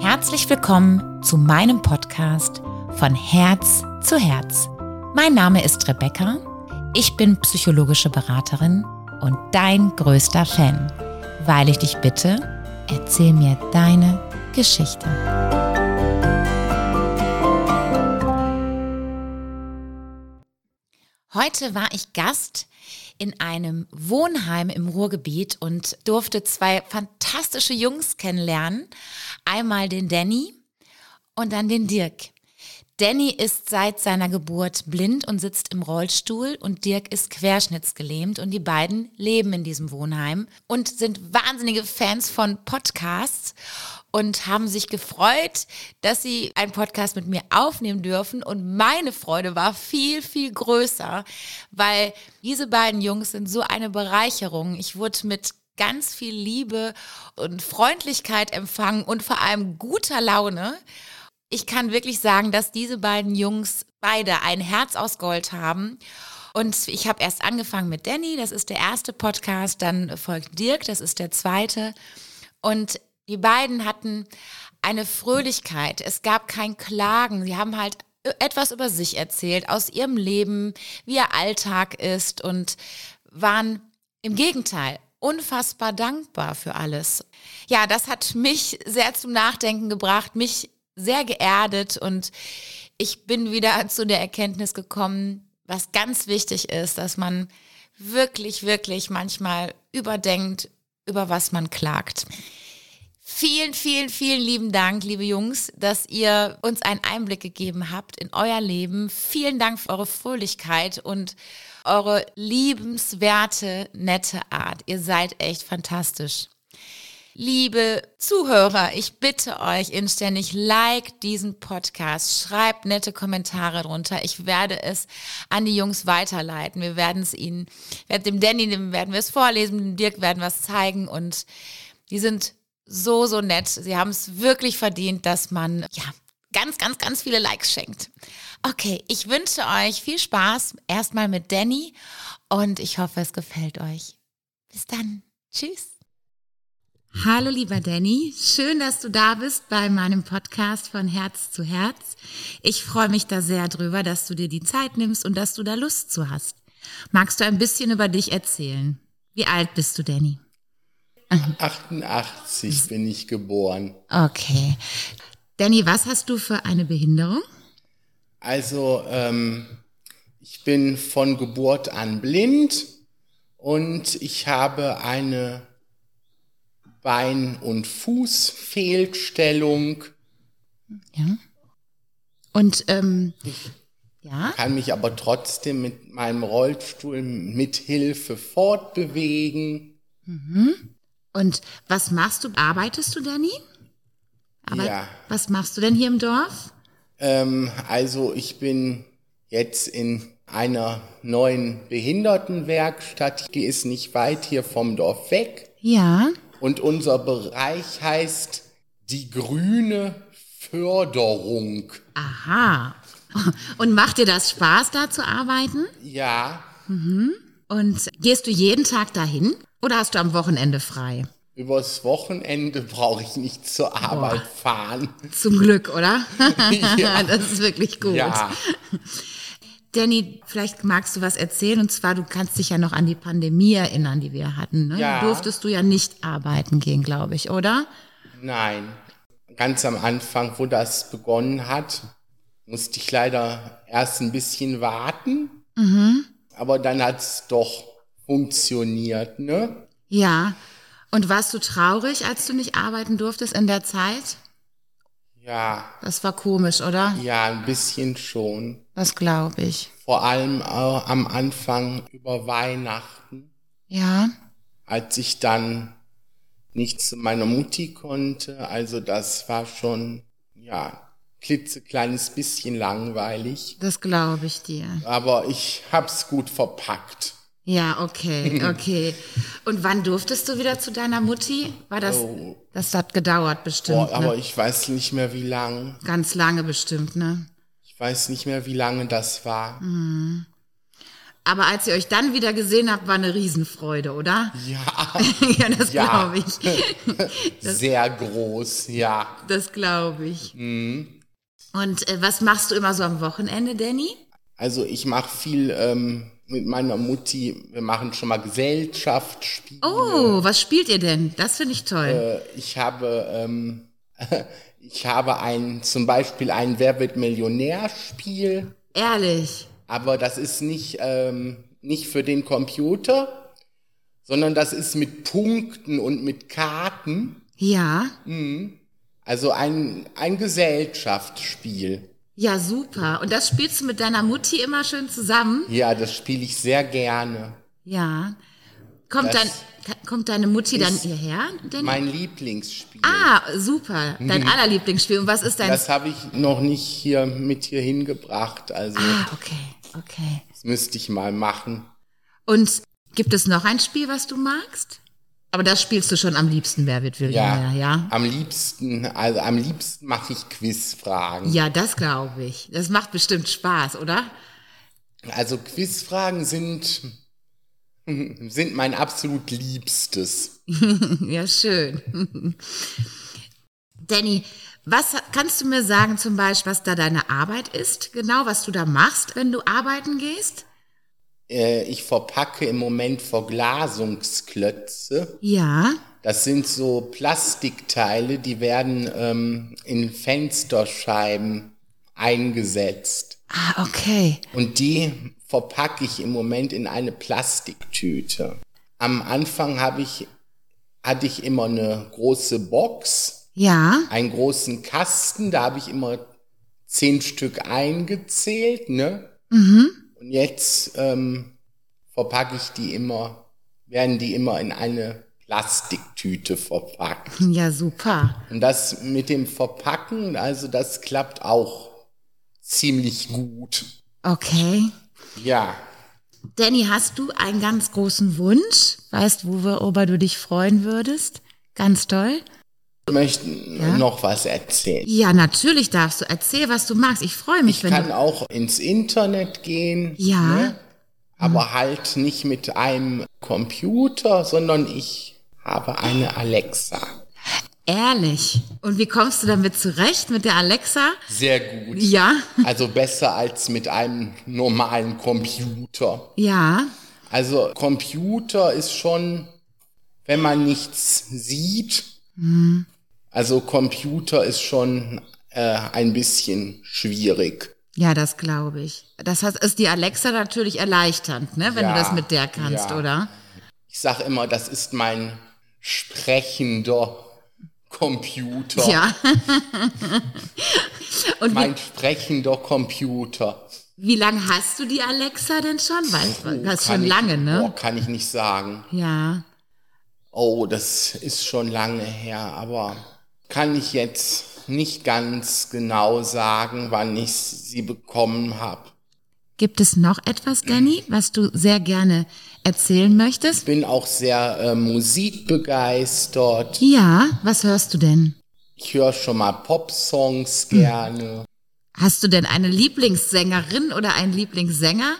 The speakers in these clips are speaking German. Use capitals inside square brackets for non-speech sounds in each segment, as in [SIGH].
Herzlich willkommen zu meinem Podcast von Herz zu Herz. Mein Name ist Rebecca, ich bin psychologische Beraterin und dein größter Fan, weil ich dich bitte, erzähl mir deine Geschichte. Heute war ich Gast in einem Wohnheim im Ruhrgebiet und durfte zwei fantastische Jungs kennenlernen. Einmal den Danny und dann den Dirk. Danny ist seit seiner Geburt blind und sitzt im Rollstuhl und Dirk ist querschnittsgelähmt und die beiden leben in diesem Wohnheim und sind wahnsinnige Fans von Podcasts und haben sich gefreut, dass sie einen Podcast mit mir aufnehmen dürfen. Und meine Freude war viel, viel größer, weil diese beiden Jungs sind so eine Bereicherung. Ich wurde mit ganz viel Liebe und Freundlichkeit empfangen und vor allem guter Laune. Ich kann wirklich sagen, dass diese beiden Jungs beide ein Herz aus Gold haben. Und ich habe erst angefangen mit Danny, das ist der erste Podcast, dann folgt Dirk, das ist der zweite. Und die beiden hatten eine Fröhlichkeit. Es gab kein Klagen. Sie haben halt etwas über sich erzählt, aus ihrem Leben, wie ihr Alltag ist und waren im Gegenteil unfassbar dankbar für alles. Ja, das hat mich sehr zum Nachdenken gebracht, mich sehr geerdet und ich bin wieder [LAUGHS] zu der Erkenntnis gekommen, was ganz wichtig ist, dass man wirklich, wirklich manchmal überdenkt, über was man klagt. Vielen, vielen, vielen lieben Dank, liebe Jungs, dass ihr uns einen Einblick gegeben habt in euer Leben. Vielen Dank für eure Fröhlichkeit und eure liebenswerte, nette Art. Ihr seid echt fantastisch. Liebe Zuhörer, ich bitte euch inständig, like diesen Podcast, schreibt nette Kommentare drunter. Ich werde es an die Jungs weiterleiten. Wir werden es ihnen, dem Danny werden wir es vorlesen, dem Dirk werden wir es zeigen und die sind so, so nett. Sie haben es wirklich verdient, dass man ja, ganz, ganz, ganz viele Likes schenkt. Okay, ich wünsche euch viel Spaß erstmal mit Danny und ich hoffe, es gefällt euch. Bis dann. Tschüss. Hallo lieber Danny, schön, dass du da bist bei meinem Podcast von Herz zu Herz. Ich freue mich da sehr drüber, dass du dir die Zeit nimmst und dass du da Lust zu hast. Magst du ein bisschen über dich erzählen? Wie alt bist du, Danny? 88 bin ich geboren. Okay. Danny, was hast du für eine Behinderung? Also ähm, ich bin von Geburt an blind und ich habe eine Bein- und Fußfehlstellung. Ja. Und ähm, ja, kann mich aber trotzdem mit meinem Rollstuhl mit Hilfe fortbewegen. und was machst du? Arbeitest du, Danny? Arbeit- Ja. Was machst du denn hier im Dorf? Ähm, also ich bin jetzt in einer neuen Behindertenwerkstatt. Die ist nicht weit hier vom Dorf weg. Ja. Und unser Bereich heißt die grüne Förderung. Aha. Ah. [LAUGHS] Und macht dir das Spaß, da zu arbeiten? Ja, Und gehst du jeden Tag dahin? Oder hast du am Wochenende frei? übers Wochenende brauche ich nicht zur Arbeit fahren. [LAUGHS] Zum Glück, oder? [LAUGHS] Ja. [LAUGHS] Das ist wirklich gut. Ja, Danny, vielleicht magst du was erzählen. Und zwar, du kannst dich ja noch an die Pandemie erinnern, die wir hatten. Ne? Ja. Da durftest du ja nicht arbeiten gehen, glaube ich, oder? nein. Ganz am Anfang, wo das begonnen hat, musste ich leider erst ein bisschen warten. Aber dann hat es doch funktioniert, ne? Ja. Und warst du traurig, als du nicht arbeiten durftest in der Zeit? Ja, Das war komisch, oder? ja, ein bisschen schon. Das glaube ich. Vor allem äh, am Anfang über Weihnachten, Ja. als ich dann nicht zu meiner Mutti konnte. Also das war schon, ja, klitzekleines bisschen langweilig. Das glaube ich dir. aber ich hab's gut verpackt. Ja, okay, [LAUGHS] okay. Und wann durftest du wieder zu deiner Mutti? War das, Oh. das hat gedauert bestimmt, Boah, aber ne? ich weiß nicht mehr wie lang. Ganz lange bestimmt, ne? Mhm. Ich weiß nicht mehr wie lange das war. Aber als ihr euch dann wieder gesehen habt, war eine Riesenfreude, oder? [LAUGHS] Ja, ja, das Ja. glaube ich. sehr groß, ja. Das glaube ich. Mhm. Und äh, was machst du immer so am Wochenende, Danny? Also ich mache viel ähm, mit meiner Mutti, wir machen schon mal Gesellschaftsspiele. Oh, was spielt ihr denn? Das finde ich toll. Äh, Ich habe, ähm, [LAUGHS] ich habe ein, zum Beispiel ein Wer wird Millionär-Spiel, Ehrlich. aber das ist nicht, ähm, nicht für den Computer, sondern das ist mit Punkten und mit Karten. Ja. Also ein, ein Gesellschaftsspiel. Ja, super. Und das spielst du mit deiner Mutti immer schön zusammen? Ja, das spiele ich sehr gerne. Ja. Kommt, Das dein, kommt deine Mutti dann ist hierher, Danny? Mein Lieblingsspiel. Ah, super. Dein allerlieblingsspiel. Und was ist dein... Das habe ich noch nicht hier mit hier hingebracht, also ah, okay, okay. das müsste ich mal machen. Und gibt es noch ein Spiel, was du magst? Aber das spielst du schon am liebsten, wer wird Ja, Millionär, ja? Am liebsten, also am liebsten mache ich Quizfragen. Ja, das glaube ich. Das macht bestimmt Spaß, oder? [LAUGHS] Also Quizfragen sind [LAUGHS] sind mein absolut liebstes. Ja, schön. [LAUGHS] Danny, was kannst du mir sagen zum Beispiel, was da deine Arbeit ist? Genau, was du da machst, wenn du arbeiten gehst? Äh, Ich verpacke im Moment Verglasungsklötze. Ja. Das sind so Plastikteile, die werden ähm, in Fensterscheiben eingesetzt. Ah, okay. Und die verpacke ich im Moment in eine Plastiktüte. Am Anfang habe ich, hatte ich immer eine große Box, Ja. einen großen Kasten, da habe ich immer zehn Stück eingezählt, ne? Und jetzt ähm, verpacke ich die immer, werden die immer in eine Plastiktüte verpackt. Ja, super. Und das mit dem Verpacken, also das klappt auch ziemlich gut. Okay. Ja, Danny, hast du einen ganz großen Wunsch? Weißt du, worüber du dich freuen würdest? Ganz toll. Ich möchte noch was erzählen. Ja, natürlich darfst du. Erzähl, was du magst. Ich freue mich, Ich wenn kann du. auch ins Internet gehen, ne? Ja. aber halt nicht mit einem Computer, sondern ich habe eine Alexa. Ehrlich. Und wie kommst du damit zurecht mit der Alexa? Sehr gut. Ja. Also besser als mit einem normalen Computer. Ja. Also Computer ist schon, wenn man nichts sieht, Mhm. also Computer ist schon äh, ein bisschen schwierig. Ja, das glaube ich. Das heißt, ist die Alexa natürlich erleichternd, ne? wenn Ja, du das mit der kannst, ja. oder? Ich sag immer, das ist mein sprechender Computer. Ja. Und wie, Mein sprechender Computer. wie lange hast du die Alexa denn schon? Weißt du, das ist Kann schon ich- lange, ne? Boah, kann ich nicht sagen. Ja. Oh, das ist schon lange her, aber kann ich jetzt nicht ganz genau sagen, wann ich sie bekommen habe. Gibt es noch etwas, Danny, was du sehr gerne erzählen möchtest? Bin auch sehr äh, musikbegeistert. Ja, was hörst du denn? Ich höre schon mal Popsongs Hm. gerne. Hast du denn eine Lieblingssängerin oder einen Lieblingssänger?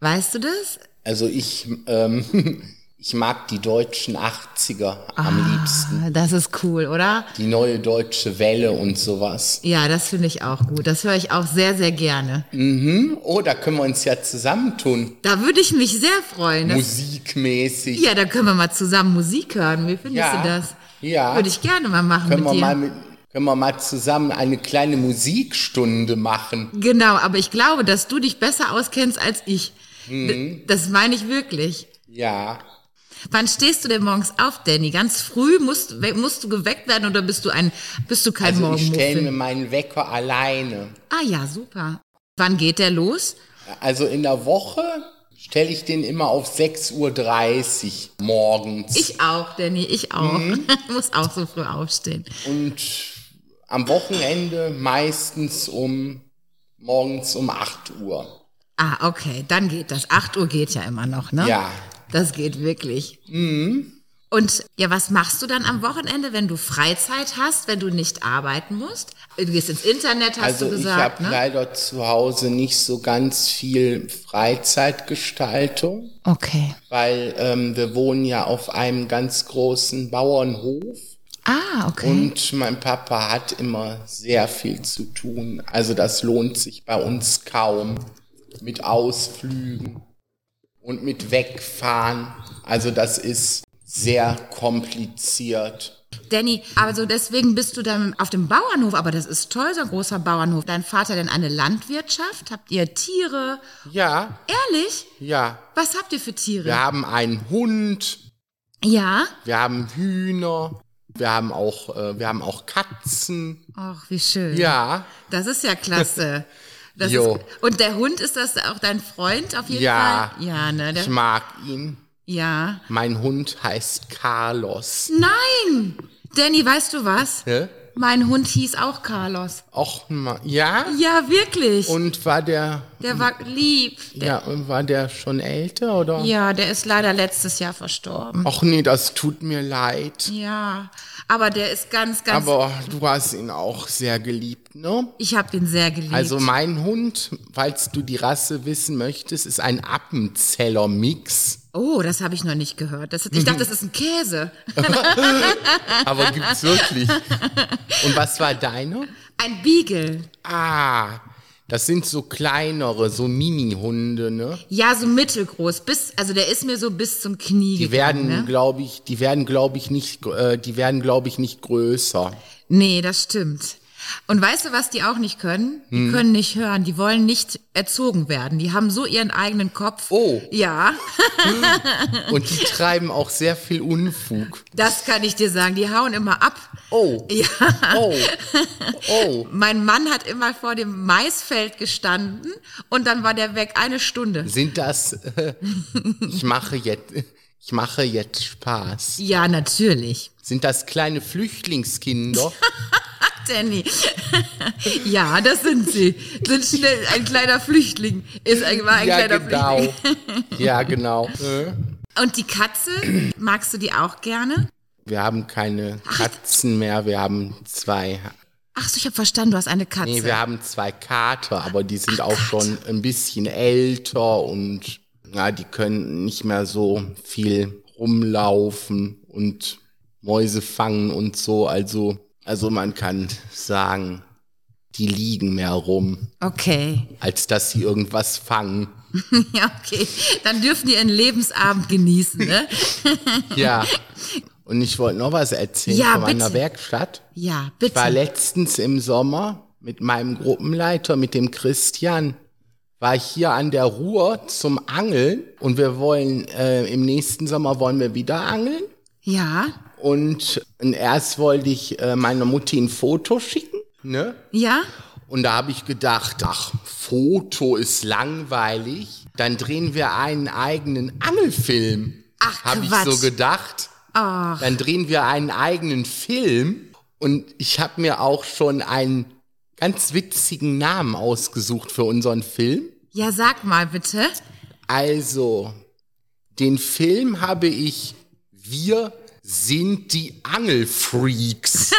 Weißt du das? Also ich, ähm, [LAUGHS] ich mag die deutschen 80er am liebsten. Ah, Das ist cool, oder? Die neue deutsche Welle und sowas. Ja, das finde ich auch gut. Das höre ich auch sehr, sehr gerne. Oh, da können wir uns ja zusammentun. Da würde ich mich sehr freuen. Das, Musikmäßig. ja, da können wir mal zusammen Musik hören. Wie findest Ja, du das? ja. Würde ich gerne mal machen können, mit wir dir. mal mit, können wir mal zusammen eine kleine Musikstunde machen. genau, aber ich glaube, dass du dich besser auskennst als ich. Mhm. D- Das meine ich wirklich. Ja. Wann stehst du denn morgens auf, Danny? Ganz früh musst, we- musst du geweckt werden oder bist du ein bist du kein Also ich stelle Morgenmuffel? mir meinen Wecker alleine. Ah ja, super. Wann geht der los? Also in der Woche stelle ich den immer auf 6.30 Uhr morgens. Ich auch, Danny, [LAUGHS] ich auch. Mhm. Muss auch so früh aufstehen. und am Wochenende meistens um morgens um 8 Uhr. Ah, okay, dann geht das. 8 Uhr geht ja immer noch, ne? Ja. Mhm. Das geht wirklich. Und ja, was machst du dann am Wochenende, wenn du Freizeit hast, wenn du nicht arbeiten musst? Du gehst ins Internet, hast also du ich gesagt, habe ne? leider zu Hause nicht so ganz viel Freizeitgestaltung, Okay. weil ähm, wir wohnen ja auf einem ganz großen Bauernhof Ah, okay. und mein Papa hat immer sehr viel zu tun. Also das lohnt sich bei uns kaum mit Ausflügen und mit Wegfahren. Also das ist sehr kompliziert. Danny, also deswegen bist du dann auf dem Bauernhof, aber das ist toll, so ein großer Bauernhof. Dein Vater denn eine Landwirtschaft? Habt ihr Tiere? Ja, Ehrlich? ja. Was habt ihr für Tiere? Wir haben einen Hund, Ja? Wir haben Hühner, wir haben auch, äh, wir haben auch Katzen. Ach, wie schön. Ja, Das ist ja [LAUGHS] klasse. Das Jo. Ist, und der Hund, ist das auch dein Freund auf jeden Ja. Fall? Ja. ne? ich Der, mag ihn. ja. Mein Hund heißt Carlos. Nein! Danny, weißt du was? Ne? Mein Hund hieß auch Carlos. Och, ma- ja? Ja, wirklich. Und war der, der war lieb. ja, und war der schon älter oder? Ja, der ist leider letztes Jahr verstorben. Och nee, das tut mir leid. Ja, aber der ist ganz, ganz. Aber du hast ihn auch sehr geliebt, ne? ich habe ihn sehr geliebt. Also mein Hund, falls du die Rasse wissen möchtest, ist [LAUGHS] ein Appenzeller-Mix. oh, das habe ich noch nicht gehört. Das, ich Mhm. dachte, das ist ein Käse. Aber gibt's wirklich. Und was war deine? Ein Beagle. Ah, das sind so kleinere, so Mini-Hunde, ne? Ja, so mittelgroß. Bis, also der ist mir so bis zum Knie Die werden, gegangen. ne? glaube ich, die werden, glaube ich, nicht, äh, die werden, glaube ich, [LAUGHS] nicht größer. Nee, das stimmt. Und weißt du, was die auch nicht können? Die Hm. können nicht hören. Die wollen nicht erzogen werden. Die haben so ihren eigenen Kopf. Oh. Ja, Und die treiben auch sehr viel Unfug. das kann ich dir sagen. Die hauen immer ab. Oh, [LAUGHS] Ja. oh, oh. Mein Mann hat immer vor dem Maisfeld gestanden und dann war der weg eine Stunde. Sind das, [LAUGHS] äh, ich mache jetzt, [LAUGHS] ich mache jetzt Spaß. Ja, natürlich. Sind das kleine Flüchtlingskinder? Danny. [LAUGHS] ja, das sind sie. Sind schnell ein kleiner Flüchtling. Ist ein, [LAUGHS] war ein kleiner Flüchtling. genau. [LAUGHS] Ja, genau. Äh, Und die Katze, magst du die auch gerne? Wir haben keine Katzen mehr, wir haben zwei Ach so, ich habe verstanden, du hast eine Katze. Nee, wir haben zwei Kater, aber die sind auch schon ein bisschen älter und ja, die können nicht mehr so viel rumlaufen und Mäuse fangen und so. Also, also man kann sagen, die liegen mehr rum, okay. [LAUGHS] als dass sie irgendwas fangen. Ja, okay. Dann dürfen die ihren Lebensabend genießen, ne? [LAUGHS] Ja. Und ich wollte noch was erzählen Ja, von meiner bitte. Werkstatt. Ja, Ich war bitte. letztens im Sommer mit meinem Gruppenleiter, mit dem Christian, war ich hier an der Ruhr zum Angeln und wir wollen, äh, im nächsten Sommer wollen wir wieder angeln. Ja, Und erst wollte ich äh, meiner Mutti ein Foto schicken, ne? ja. Und da habe ich gedacht, ach, Foto ist langweilig, dann drehen wir einen eigenen Angelfilm. Ach, Habe ich Quatsch. so gedacht. Ach, Dann drehen wir einen eigenen Film und ich habe mir auch schon einen ganz witzigen Namen ausgesucht für unseren Film. ja, sag mal bitte. Also, den Film habe ich Wir sind die [LAUGHS] Angelfreaks,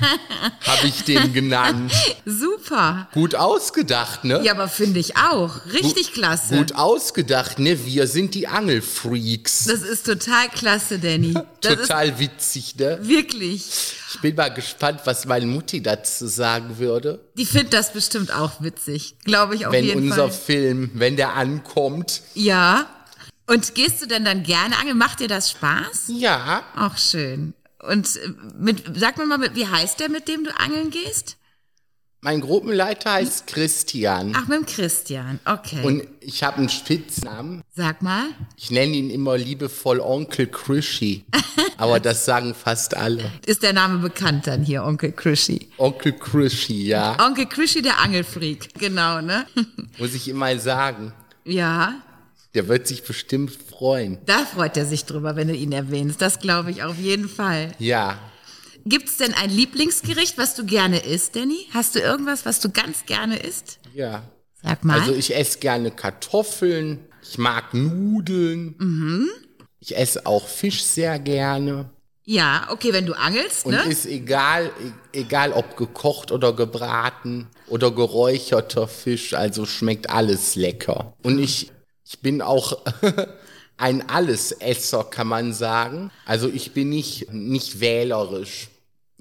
habe ich den genannt. Super. Gut ausgedacht, ne? Ja, aber finde ich auch. Richtig klasse. Gut ausgedacht, ne? Wir sind die Angelfreaks. Das ist total klasse, Danny. Das Total witzig, ne? ist wirklich. Ich bin mal gespannt, was meine Mutti dazu sagen würde. Die findet das bestimmt auch witzig. Glaube ich auf wenn jeden unser Fall. Film, wenn der ankommt. Ja. Und gehst du denn dann gerne angeln? Macht dir das Spaß? Ja. Auch schön. Und äh, mit, sag mir mal, mit- wie heißt der, mit dem du angeln gehst? Mein Gruppenleiter heißt Christian. Ach, mit dem Christian. Okay. Und ich habe einen Spitznamen. Sag mal. Ich nenne ihn immer liebevoll [LAUGHS] Onkel Krischi. Aber das sagen fast alle. Ist der Name bekannt dann hier, Onkel Krischi? Onkel Krischi, ja. Onkel Krischi, der Angelfreak. Genau, ne? [LAUGHS] Muss ich immer sagen. ja. Der wird sich bestimmt freuen. Da freut er sich drüber, wenn du ihn erwähnst. Das glaube ich auf jeden Fall. Ja. Gibt's denn ein Lieblingsgericht, was du gerne isst, Danny? Hast du irgendwas, was du ganz gerne isst? Ja. Sag mal. Mhm. Also ich esse gerne Kartoffeln. Ich mag Nudeln. Ich esse auch Fisch sehr gerne. Ja, okay, wenn du angelst, Und ne? ist egal, e- egal ob gekocht oder gebraten oder geräucherter Fisch, also schmeckt alles lecker. Und ich, ich bin auch [LAUGHS] ein Allesesser, kann man sagen. Also ich bin nicht, nicht wählerisch,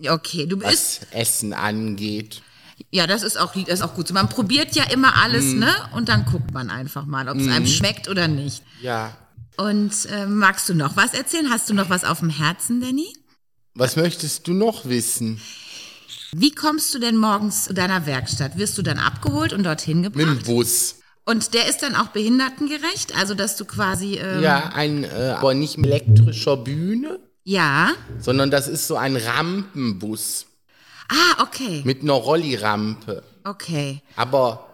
Okay, du bist. was Essen angeht. Ja, das ist auch, das ist auch gut. so. Man probiert ja immer alles, Mhm. ne? Und dann guckt man einfach mal, ob es einem schmeckt oder nicht. Ja. Und äh, magst du noch was erzählen? Hast du noch was auf dem Herzen, Danny? Was möchtest du noch wissen? Wie kommst du denn morgens zu deiner Werkstatt? Wirst du dann abgeholt und dorthin Mit dem gebracht? Bus. Und der ist dann auch behindertengerecht? Also, dass du quasi. Ähm, Ja, ein, äh, aber nicht mit elektrischer Bühne, ja. sondern das ist so ein Rampenbus Ah, okay. mit einer Rollirampe. Okay. Aber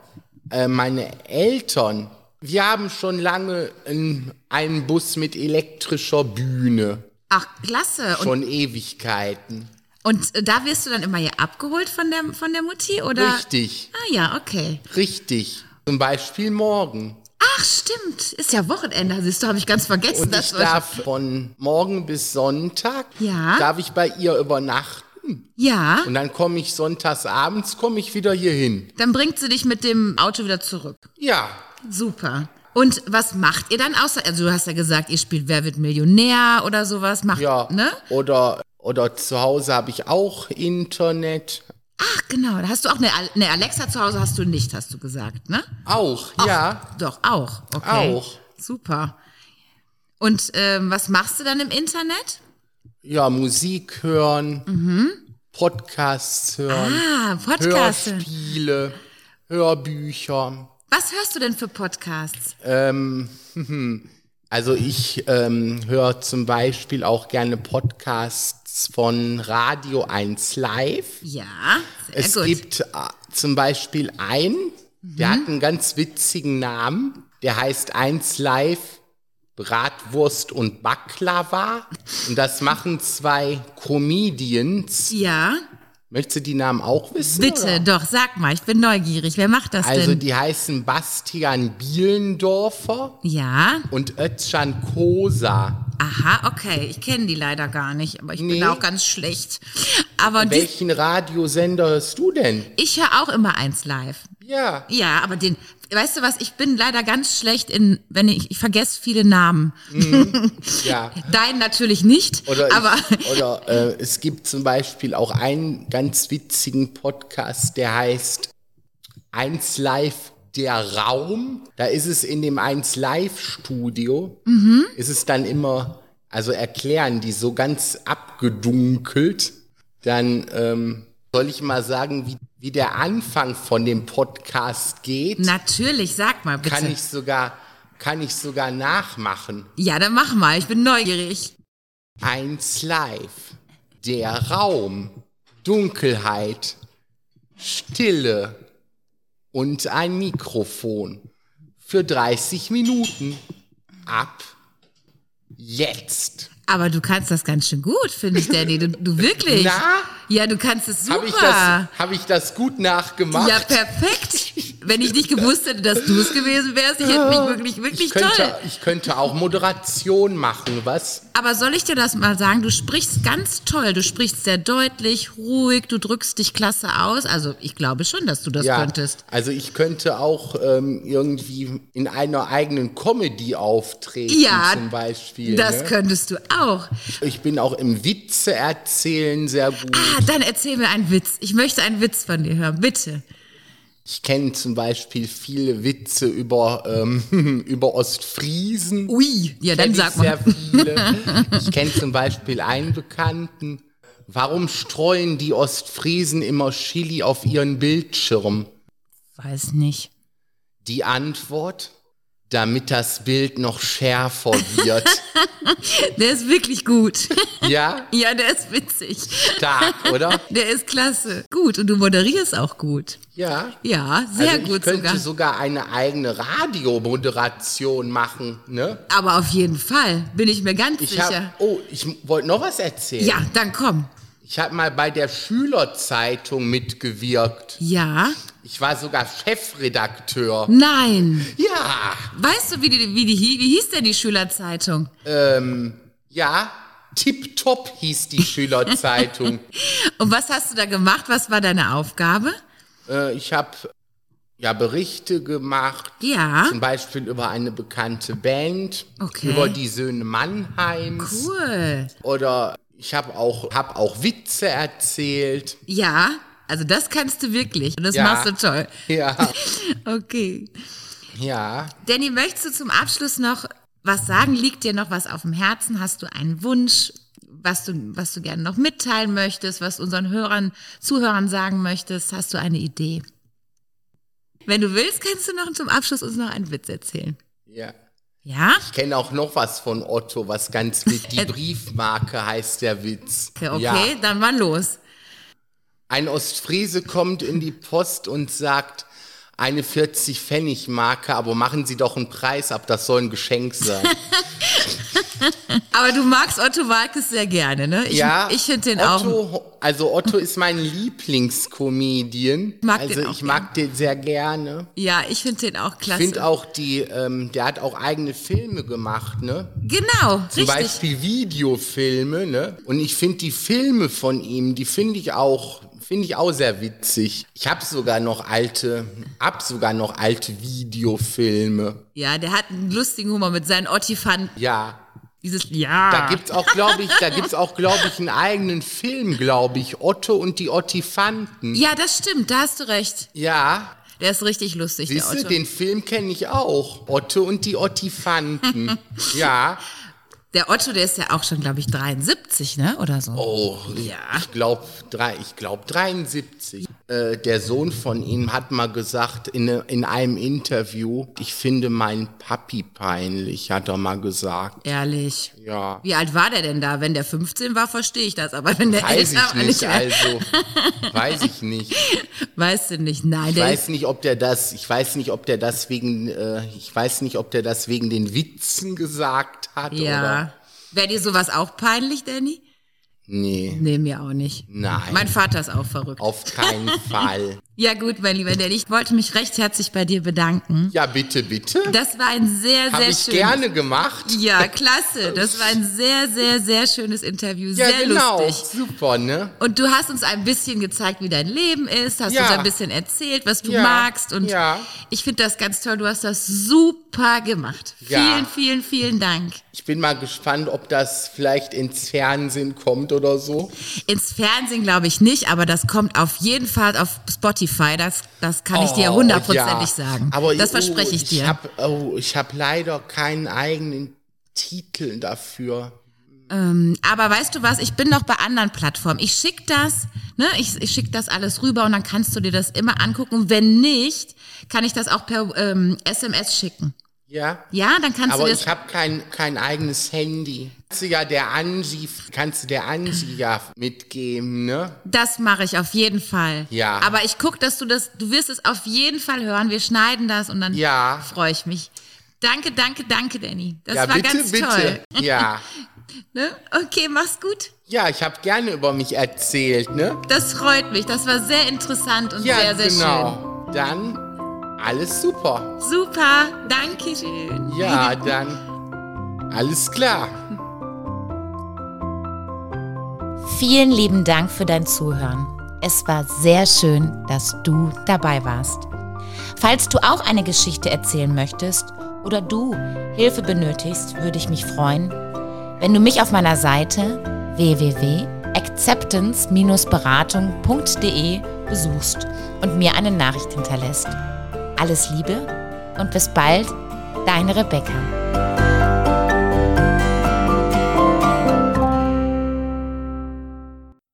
äh, meine Eltern, wir haben schon lange ähm, einen Bus mit elektrischer Bühne. Ach, klasse. Und, Schon Ewigkeiten. und äh, da wirst du dann immer hier abgeholt von der, von der Mutti, oder? Richtig, Ah, ja, okay. richtig. Zum Beispiel morgen. Ach, stimmt. Ist ja Wochenende, siehst du, habe ich ganz vergessen. Und ich wir- darf von morgen bis Sonntag, Ja. darf ich bei ihr übernachten. ja, Und dann komme ich sonntags abends, komme ich wieder hier hin. dann bringt sie dich mit dem Auto wieder zurück. Ja, Super. Und was macht ihr dann außer, also du hast ja gesagt, ihr spielt Wer wird Millionär oder sowas, macht, Ja. ne? Oder, oder zu Hause habe ich auch Internet. Ach, genau, da hast du auch eine, Al- eine Alexa zu Hause, hast du nicht, hast du gesagt, ne? Auch, ja. Doch, auch. Okay. Auch. Super. Und ähm, was machst du dann im Internet? Ja, Musik hören, Podcasts hören, Mhm. Ah, Podcasts. Hörspiele, Hörbücher. ähm, Was hörst du denn für Podcasts? [LAUGHS] Also ich ähm, höre zum Beispiel auch gerne Podcasts von Radio 1 Live. Ja, sehr Es gut. Mhm. gibt äh, zum Beispiel einen, der hat einen ganz witzigen Namen. Der heißt 1 Live Bratwurst und Baklava. Und das machen zwei Comedians. ja, Möchtest du die Namen auch wissen? bitte, Oder? doch, sag mal, ich bin neugierig. Wer macht das Also denn? die heißen Bastian Bielendorfer Ja, und Özcan Kosa. aha, okay. Ich kenne die leider gar nicht, aber ich bin Nee. da auch ganz schlecht. Aber die, Welchen Radiosender hörst du denn? ich höre auch immer eins live. Ja. Ja, aber den, weißt du was, ich bin leider ganz schlecht in, wenn ich, ich vergesse viele Namen. Ja. Dein natürlich nicht, Oder, aber [LAUGHS] ich, [LAUGHS] oder äh, es gibt zum Beispiel auch einen ganz witzigen Podcast, der heißt 1 Live der Raum. Da ist es in dem 1 Live Studio, Mhm. ist es dann immer, also erklären die so ganz abgedunkelt. Dann ähm, soll ich mal sagen, wie, wie der Anfang von dem Podcast geht. natürlich, sag mal bitte. kann ich sogar, kann ich sogar nachmachen. Ja, dann mach mal, ich bin neugierig. 1 Live. Der Raum. Dunkelheit. Stille. Und ein Mikrofon. Für 30 Minuten. Ab. Jetzt. Aber du kannst das ganz schön gut, finde ich, Danny. Du, du wirklich? Na? Ja, du kannst es super. Habe ich, das- hab ich das gut nachgemacht? ja, perfekt. Wenn ich nicht gewusst hätte, dass du es gewesen wärst, ich hätte mich wirklich, wirklich ich, könnte, toll. ich könnte auch Moderation machen, was? Aber soll ich dir das mal sagen? Du sprichst ganz toll. Du sprichst sehr deutlich, ruhig, du drückst dich klasse aus. Also ich glaube schon, dass du das Ja, könntest. also ich könnte auch ähm, irgendwie in einer eigenen Comedy auftreten, Ja, zum Beispiel. das ne? könntest du auch. Ich bin auch im Witze erzählen sehr gut. Ah, dann erzähl mir einen Witz. Ich möchte einen Witz von dir hören, bitte. Ich kenne zum Beispiel viele Witze über, ähm, [LAUGHS] über Ostfriesen. Ui, Uh, ja, dann Kenn ich sag mal. Sehr viele. Ich kenne zum Beispiel einen Bekannten. Warum streuen die Ostfriesen immer Chili auf ihren Bildschirm? Weiß nicht. Die Antwort, damit das Bild noch schärfer [LAUGHS] wird. Der ist wirklich gut. [LAUGHS] ja, ja, der ist witzig. stark, oder? Der ist klasse. Gut, und du moderierst auch gut. Ja. Ja, sehr also ich gut könnte sogar. sogar eine eigene Radiomoderation machen, ne? Aber auf jeden Fall bin ich mir ganz Ich sicher. hab, oh, ich wollte noch was erzählen. Ja, dann komm. Ich habe mal bei der Schülerzeitung mitgewirkt. Ja, Ich war sogar Chefredakteur. Nein. Ja, Weißt du, wie, die, wie, die, hie- wie hieß denn die Schülerzeitung? ja, tipptopp hieß [LAUGHS] die Schülerzeitung. Und was hast du da gemacht? Was war deine Aufgabe? äh, ich habe ja Berichte gemacht, Ja. zum Beispiel über eine bekannte Band, Okay. über die Söhne Mannheims Cool. oder ich habe auch, hab auch Witze erzählt. Ja, also das kannst du wirklich. Und das Ja. machst du toll. Ja, Okay. ja. Danny, möchtest du zum Abschluss noch was sagen? Liegt dir noch was auf dem Herzen? Hast du einen Wunsch, was du, was du gerne noch mitteilen möchtest, was unseren Hörern, Zuhörern sagen möchtest? Hast du eine Idee? Wenn du willst, kannst du noch zum Abschluss uns noch einen Witz erzählen. ja. Ja? Ich kenne auch noch was von Otto, was ganz [LAUGHS] mit die Briefmarke heißt der Witz. Äh, Okay, okay, Ja. dann mal los. Ein Ostfriese kommt in die Post und sagt, eine 40-Pfennig-Marke, aber machen Sie doch einen Preis ab, das soll ein Geschenk sein. Aber du magst Otto Walkes sehr gerne, ne? [LAUGHS] Ich, ja, Ich finde den auch. Otto, Also Otto ist mein Lieblingscomedian. mag also den auch ich mag den sehr gerne. Ja, ich finde den auch Ich klasse. finde auch die, ähm, der hat auch eigene Filme gemacht, ne? genau, Zum richtig. Beispiel Videofilme, ne? Und ich finde die Filme von ihm, die finde ich auch, finde ich auch sehr witzig. Ich habe sogar noch alte, hab sogar noch alte Videofilme. Ja, der hat einen lustigen Humor mit seinen Ottifanten. Ja. Dieses Ja. Da gibt's auch, glaube ich, da gibt's auch, glaube ich, einen eigenen Film, glaube ich. Otto und die Ottifanten. ja, das stimmt, da hast du recht. Ja. Der ist richtig lustig, Siehst der du, Otto. den Film kenne ich auch. Otto und die [LAUGHS] Ottifanten. ja. der Otto, der ist ja auch schon, glaube ich, 73, ne? Oder so. Oh, Ja. ich glaube ich glaub 73. Äh, der Sohn von ihm hat mal gesagt in, ne- in einem Interview, ich finde meinen Papi peinlich, hat er mal gesagt. Ehrlich. Ja, Wie alt war der denn da? Wenn der 15 war, verstehe ich das. Aber wenn der weiß älter ich nicht, war, also, weiß ich nicht. weißt du nicht. Nein, Ich der weiß nicht, ob der das, ich weiß nicht, ob der das wegen, äh, ich weiß nicht, ob der das wegen den Witzen gesagt hat ist, oder. ja. Wäre dir sowas auch peinlich, Danny? Nee, Nee, mir auch nicht. Nein. Mein Vater ist auch verrückt. [LAUGHS] auf keinen Fall. Ja gut, mein lieber Danny, ich wollte mich recht herzlich bei dir bedanken. Ja, bitte, bitte. Das war ein sehr, Habe sehr ich schönes... gerne gemacht. Ja, klasse. Das war ein sehr, sehr, sehr schönes Interview. Ja, sehr genau. lustig. Super, ne? Und du hast uns ein bisschen gezeigt, wie dein Leben ist, hast Ja. uns ein bisschen erzählt, was du Ja, magst. Und ja. ich finde das ganz toll. Du hast das super gemacht. Ja. Vielen, vielen, vielen Dank. Ich bin mal gespannt, ob das vielleicht ins Fernsehen kommt oder so. Ins Fernsehen glaube ich nicht, aber das kommt auf jeden Fall auf Spotify. Das, das kann ich dir Oh, hundertprozentig ja. sagen. Aber das oh, verspreche ich dir. Ich habe oh, ich hab leider keinen eigenen Titel dafür. Aber weißt du was, ich bin noch bei anderen Plattformen. Ich schick das, ne, ich, ich schick das alles rüber und dann kannst du dir das immer angucken. Und wenn nicht, kann ich das auch per ähm, SMS schicken. Ja. Ja, dann kannst Aber du das. ich habe kein, kein eigenes Handy. Kannst du ja der Angie, kannst du der Angie ja mitgeben, ne? Das mache ich auf jeden Fall. Ja. Aber ich guck, dass du das, du wirst es auf jeden Fall hören. Wir schneiden das und dann Ja. freue ich mich. Danke, danke, danke, Danny. Das ja, war bitte, ganz toll. bitte. Ja. Ne? Okay, mach's gut. Ja, ich habe gerne über mich erzählt, ne? Das freut mich. Das war sehr interessant und Ja, sehr, sehr genau. Dann alles super. schön. Super, danke schön. Ja, dann alles klar. Vielen lieben Dank für dein Zuhören. Es war sehr schön, dass du dabei warst. Falls du auch eine Geschichte erzählen möchtest oder du Hilfe benötigst, würde ich mich freuen, wenn du mich auf meiner Seite www.acceptance-beratung.de besuchst und mir eine Nachricht hinterlässt. Alles Liebe und bis bald, deine Rebecca.